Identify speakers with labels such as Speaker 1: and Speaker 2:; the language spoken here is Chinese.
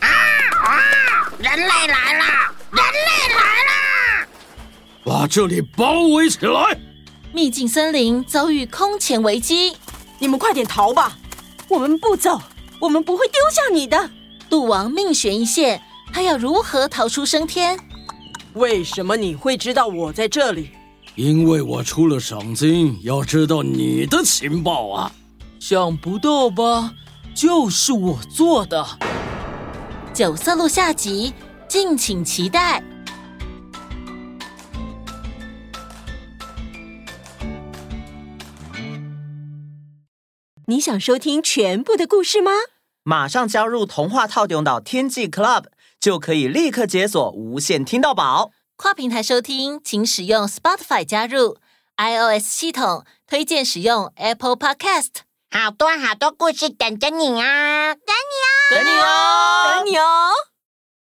Speaker 1: 啊！人类来了！人类来了！
Speaker 2: 把这里包围起来！
Speaker 3: 秘境森林遭遇空前危机，
Speaker 4: 你们快点逃吧！
Speaker 5: 我们不走，我们不会丢下你的。
Speaker 3: 鹿王命悬一线，他要如何逃出升天？
Speaker 4: 为什么你会知道我在这里？
Speaker 2: 因为我出了赏金，要知道你的情报啊！
Speaker 6: 想不到吧？就是我做的。
Speaker 3: 九色鹿下集，敬请期待。
Speaker 5: 你想收听全部的故事吗？
Speaker 7: 马上加入童话套用岛天际 Club，就可以立刻解锁无限听到宝。
Speaker 3: 跨平台收听，请使用 Spotify 加入 iOS 系统，推荐使用 Apple Podcast。
Speaker 1: 好多好多故事等着你啊！
Speaker 4: 等
Speaker 7: 哦